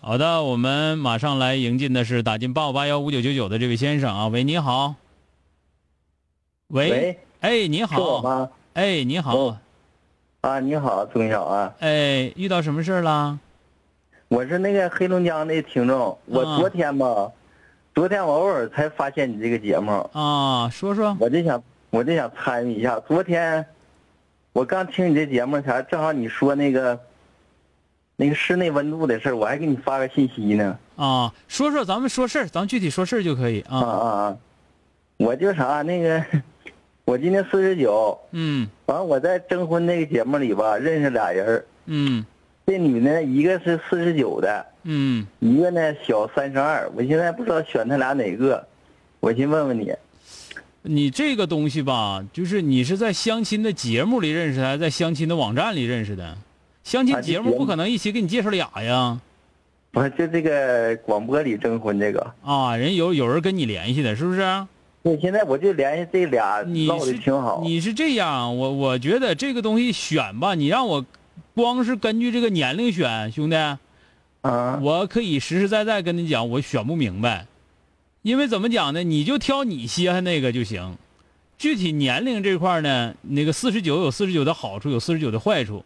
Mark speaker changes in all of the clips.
Speaker 1: 好的，我们马上来迎进的是打进八五八幺五九九九的这位先生啊，喂，你好。喂，
Speaker 2: 喂，
Speaker 1: 哎，你
Speaker 2: 是我
Speaker 1: 好，
Speaker 2: 吗？
Speaker 1: 哎，你好
Speaker 2: 哦，啊，你好，朱明晓啊，
Speaker 1: 哎，遇到什么事儿啦？
Speaker 2: 我是那个黑龙江的听众，我
Speaker 1: 啊
Speaker 2: 昨天吧，昨天我偶尔才发现你这个节目，
Speaker 1: 啊，说说，
Speaker 2: 我就想我就想参与一下。昨天我刚听你这节目前，正好你说那个那个室内温度的事儿我还给你发个信息呢。
Speaker 1: 啊，说说，咱们说事儿，咱们具体说事儿就可以
Speaker 2: 啊
Speaker 1: 啊。
Speaker 2: 啊啊！我就啥那个， 我今年四十九，
Speaker 1: 嗯
Speaker 2: 完我在征婚那个节目里吧认识俩人儿，
Speaker 1: 嗯
Speaker 2: 这女的一个是四十九的。
Speaker 1: 嗯，
Speaker 2: 一个呢小三十二，我现在不知道选他俩哪个，我先问问你。
Speaker 1: 你这个东西吧，就是你是在相亲的节目里认识的，还是在相亲的网站里认识的？相
Speaker 2: 啊
Speaker 1: 亲节目不可能一起给你介绍俩呀。
Speaker 2: 我就这个广播里征婚这个，
Speaker 1: 啊，人有有人跟你联系的，是不是？
Speaker 2: 对，现在我就联系这俩
Speaker 1: 你
Speaker 2: 唠的
Speaker 1: 是
Speaker 2: 挺好。
Speaker 1: 你是这样，我我觉得这个东西选吧，你让我光是根据这个年龄选，兄弟，
Speaker 2: 啊
Speaker 1: 我可以实实在在跟你讲，我选不明白，因为怎么讲呢？你就挑你稀罕那个就行。具体年龄这块儿呢，那个四十九有四十九的好处，有四十九的坏处；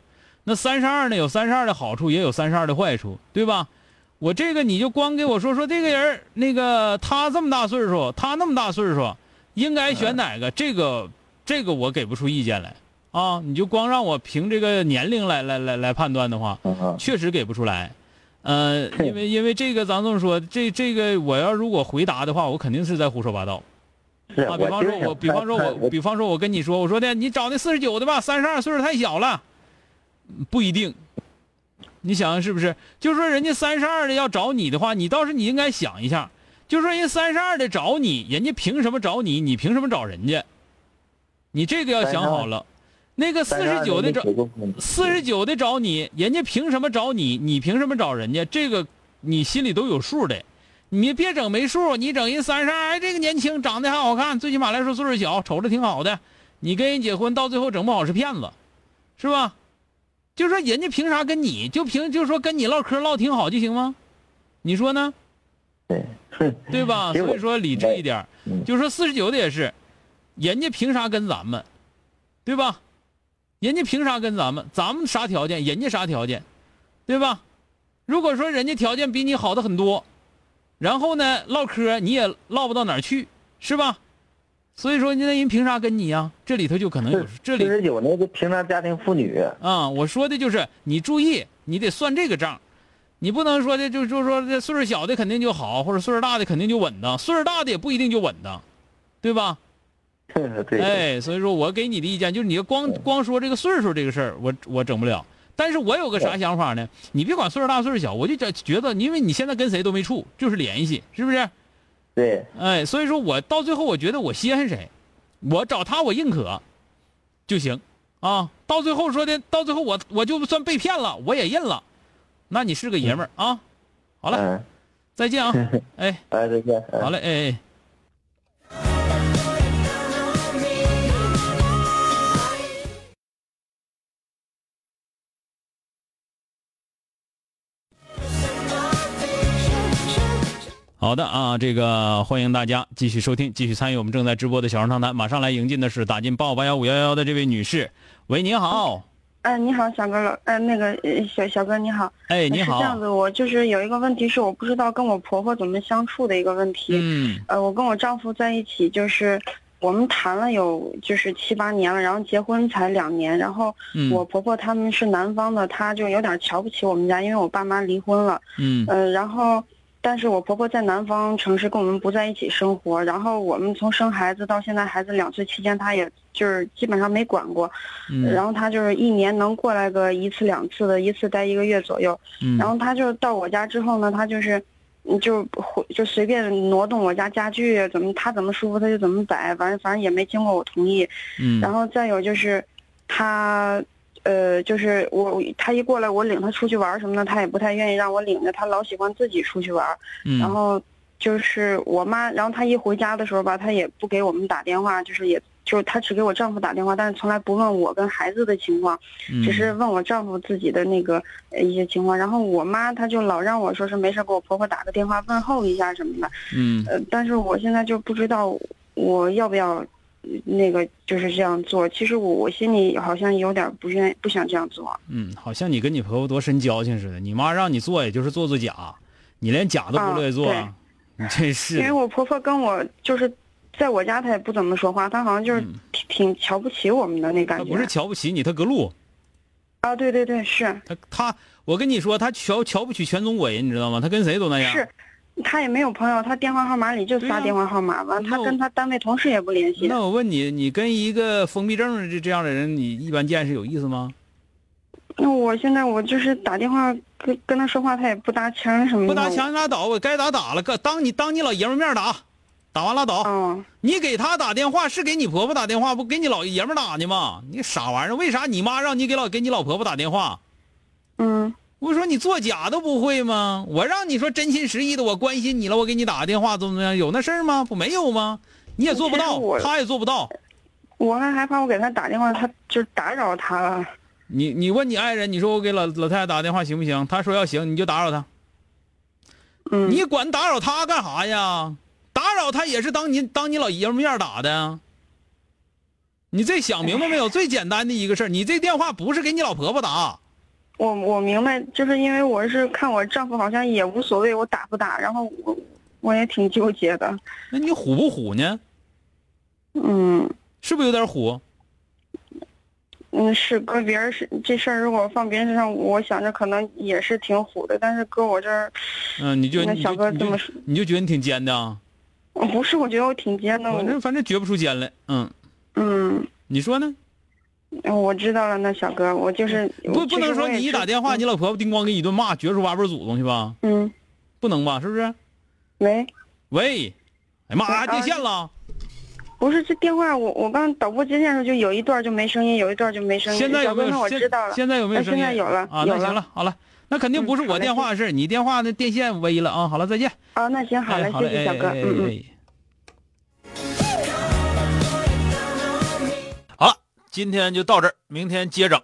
Speaker 1: 那三十二呢，有三十二的好处，也有三十二的坏处，对吧？我这个你就光给我说说这个人儿，那个他这么大岁数，他那么大岁数，应该选哪个？这个这个我给不出意见来啊！你就光让我凭这个年龄来来来来判断的话，
Speaker 2: 啊
Speaker 1: 确实给不出来。呃，因为因为这个，咱这么说，这这个我要如果回答的话，我肯定是在胡说八道
Speaker 2: 是
Speaker 1: 啊。比方说我，比方说我，比方说我跟你说，我说的你找那四十九的吧，三十二岁数太小了，不一定。你想想是不是？就说人家三十二的要找你的话，你倒是你应该想一下，就说人家三十二的找你，人家凭什么找你？你凭什么找人家？你这个要想好了。那个四十九的找四十九的找你，人家凭什么找你？你凭什么找人家？这个你心里都有数的，你别整没数，你整人三十二，哎，这个年轻，长得还好看，最起码来说岁数小，瞅着挺好的，你跟人结婚到最后整不好是骗子，是吧？就说人家凭啥跟你就凭就说跟你唠嗑唠挺好就行吗？你说呢？
Speaker 2: 对，
Speaker 1: 对吧？
Speaker 2: 其实我
Speaker 1: 所以说理智一点儿
Speaker 2: 嗯，
Speaker 1: 就是说四十九的也是，人家凭啥跟咱们，对吧？人家凭啥跟咱们？咱们啥条件，人家啥条件，对吧？如果说人家条件比你好的很多，然后呢唠嗑你也唠不到哪儿去，是吧？所以说那人凭啥跟你呀、这里头就可能有这里
Speaker 2: 四十九那个平常家庭妇女，
Speaker 1: 啊、我说的就是你注意，你得算这个账，你不能说的就就是说这岁数小的肯定就好，或者岁数大的肯定就稳当，岁数大的也不一定就稳当，对吧？
Speaker 2: 呵呵对，
Speaker 1: 哎，所以说我给你的意见就是，你光光说这个岁数这个事儿，我我整不了。但是我有个啥想法呢？你别管岁数大岁数小，我就觉觉得，因为你现在跟谁都没处，就是联系，是不是？
Speaker 2: 对，
Speaker 1: 哎，所以说我到最后我觉得我稀罕谁，我找他我认可就行啊。到最后说的，到最后我我就算被骗了，我也认了。那你是个爷们儿啊。好了，
Speaker 2: 嗯，
Speaker 1: 再见啊。哎，
Speaker 2: 哎，再见，嗯
Speaker 1: 好嘞，哎哎。好的啊，这个欢迎大家继续收听，继续参与我们正在直播的小人长谈。马上来迎进的是打进八五八幺五幺幺的这位女士，喂，你好，
Speaker 3: 哎，你好，小哥老，呃，那个呃小小哥你好，呃
Speaker 1: 哎，你
Speaker 3: 是这样
Speaker 1: 好，
Speaker 3: 子，我就是有一个问题是我不知道跟我婆婆怎么相处的一个问题。
Speaker 1: 嗯
Speaker 3: 呃，我跟我丈夫在一起，就是我们谈了有就是七八年了，然后结婚才两年。然后
Speaker 1: 嗯
Speaker 3: 我婆婆他们是南方的，她就有点瞧不起我们家，因为我爸妈离婚了。
Speaker 1: 嗯
Speaker 3: 呃，然后但是我婆婆在南方城市跟我们不在一起生活，然后我们从生孩子到现在孩子两岁期间，她也就是基本上没管过。
Speaker 1: 嗯
Speaker 3: 然后她就是一年能过来个一次两次的，一次待一个月左右。
Speaker 1: 嗯，
Speaker 3: 然后他就到我家之后呢，他就是，嗯就回就随便挪动我家家具，怎么他怎么舒服他就怎么摆，反正反正也没经过我同意。
Speaker 1: 嗯
Speaker 3: 然后再有就是，他，呃，就是我他一过来，我领他出去玩儿什么的，他也不太愿意让我领着，他老喜欢自己出去玩儿。
Speaker 1: 嗯
Speaker 3: 然后就是我妈，然后她一回家的时候吧，她也不给我们打电话，就是也就她只给我丈夫打电话，但是从来不问我跟孩子的情况。只是问我丈夫自己的那个呃一些情况，然后我妈她就老让我说是没事给我婆婆打个电话问候一下什么的，
Speaker 1: 嗯
Speaker 3: 呃，但是我现在就不知道我要不要呃那个就是这样做。其实我我心里好像有点不愿不想这样做，
Speaker 1: 嗯，好像你跟你婆婆多深交情似的，你妈让你做也就是做做假，你连假都不乐意做，
Speaker 3: 啊
Speaker 1: 你真是
Speaker 3: 因为
Speaker 1: 的，
Speaker 3: 我婆婆跟我就是在我家她也不怎么说话，她好像就是
Speaker 1: 嗯
Speaker 3: 挺、挺瞧不起我们的那
Speaker 1: 她
Speaker 3: 感觉。
Speaker 1: 不是瞧不起你，她隔路，
Speaker 3: 啊，对对对，是
Speaker 1: 她她，我跟你说，她瞧瞧不起全中国人，你知道吗？她跟谁都那样。
Speaker 3: 是。她也没有朋友，她电话号码里就
Speaker 1: 哎对呀
Speaker 3: 仨电话号码完，
Speaker 1: 那
Speaker 3: 她
Speaker 1: 我
Speaker 3: 跟她单位同事也不联系。
Speaker 1: 那我问你，你跟一个封闭症这这样的人，你一般见是有意思吗？
Speaker 3: 那我现在我就是打电话跟跟他说话，他也不搭腔儿什么的。
Speaker 1: 不打墙拉倒，我该打打了，哥，当你当你老爷们儿面打，打完拉倒。
Speaker 3: 哦，
Speaker 1: 你给他打电话是给你婆婆打电话，不给你老爷们儿打呢吗？你傻玩意儿，为啥你妈让你给老给你老婆婆打电话？
Speaker 3: 嗯
Speaker 1: 我说你作假都不会吗？我让你说真心实意的，我关心你了，我给你打个电话，怎么怎么样？有那事儿吗？不没有吗？你也做不
Speaker 3: 其
Speaker 1: 到
Speaker 3: 实，我
Speaker 1: 他也做不到。
Speaker 3: 我还害怕我给他打电话，他就打扰他了。
Speaker 1: 你你问你爱人，你说我给老老太太打电话行不行？她说要行，你就打扰她。
Speaker 3: 嗯，
Speaker 1: 你管打扰她干啥呀？打扰她也是当你当你老爷们面打的。你这想明白没有？最简单的一个事儿，你这电话不是给你老婆婆打，
Speaker 3: 我我明白，就是因为我是看我丈夫好像也无所谓我打不打，然后我我也挺纠结的。
Speaker 1: 那你虎不虎呢？
Speaker 3: 嗯
Speaker 1: 是不是有点虎？
Speaker 3: 嗯，是搁别人是这事儿，如果放别人身上，我想着可能也是挺虎的，但是搁我这儿，
Speaker 1: 嗯，你就
Speaker 3: 那
Speaker 1: 你
Speaker 3: 小
Speaker 1: 就
Speaker 3: 哥
Speaker 1: 你
Speaker 3: 这么
Speaker 1: 就
Speaker 3: 说，
Speaker 1: 你就觉得你挺尖的啊，
Speaker 3: 不是，我觉得嗯我挺尖的。
Speaker 1: 反正反正觉不出尖来。嗯，
Speaker 3: 嗯，
Speaker 1: 你说呢？
Speaker 3: 我知道了，那小哥，我就是
Speaker 1: 不不
Speaker 3: 其实
Speaker 1: 能
Speaker 3: 我
Speaker 1: 说
Speaker 3: 也
Speaker 1: 你一
Speaker 3: 是
Speaker 1: 打电话，你老婆婆叮咣给你一顿骂，觉出八辈祖宗去吧？
Speaker 3: 嗯，
Speaker 1: 不能吧？是不是？
Speaker 3: 喂，
Speaker 1: 喂，哎呀妈呀，
Speaker 3: 喂
Speaker 1: 掉线了。
Speaker 3: 不是这电话，我我刚导播接线的时候就有一段就没声音，有一段就没声音。
Speaker 1: 现在有没
Speaker 3: 小哥那
Speaker 1: 有？
Speaker 3: 我
Speaker 1: 现
Speaker 3: 知道了。
Speaker 1: 现在有没有
Speaker 3: 哎
Speaker 1: 声音？
Speaker 3: 现在有了
Speaker 1: 啊，
Speaker 3: 有
Speaker 1: 那行
Speaker 3: 了
Speaker 1: 了，好了，那肯定不是
Speaker 3: 嗯
Speaker 1: 我
Speaker 3: 好嘞
Speaker 1: 电话的事儿，你电话的电线微了啊。好了，再见。
Speaker 3: 啊，那行好嘞，
Speaker 1: 哎好
Speaker 3: 谢
Speaker 1: 嘞，
Speaker 3: 谢小哥，
Speaker 1: 哎哎
Speaker 3: 嗯嗯。
Speaker 1: 哎
Speaker 3: 嗯
Speaker 1: 哎好了，今天就到这儿，明天接着。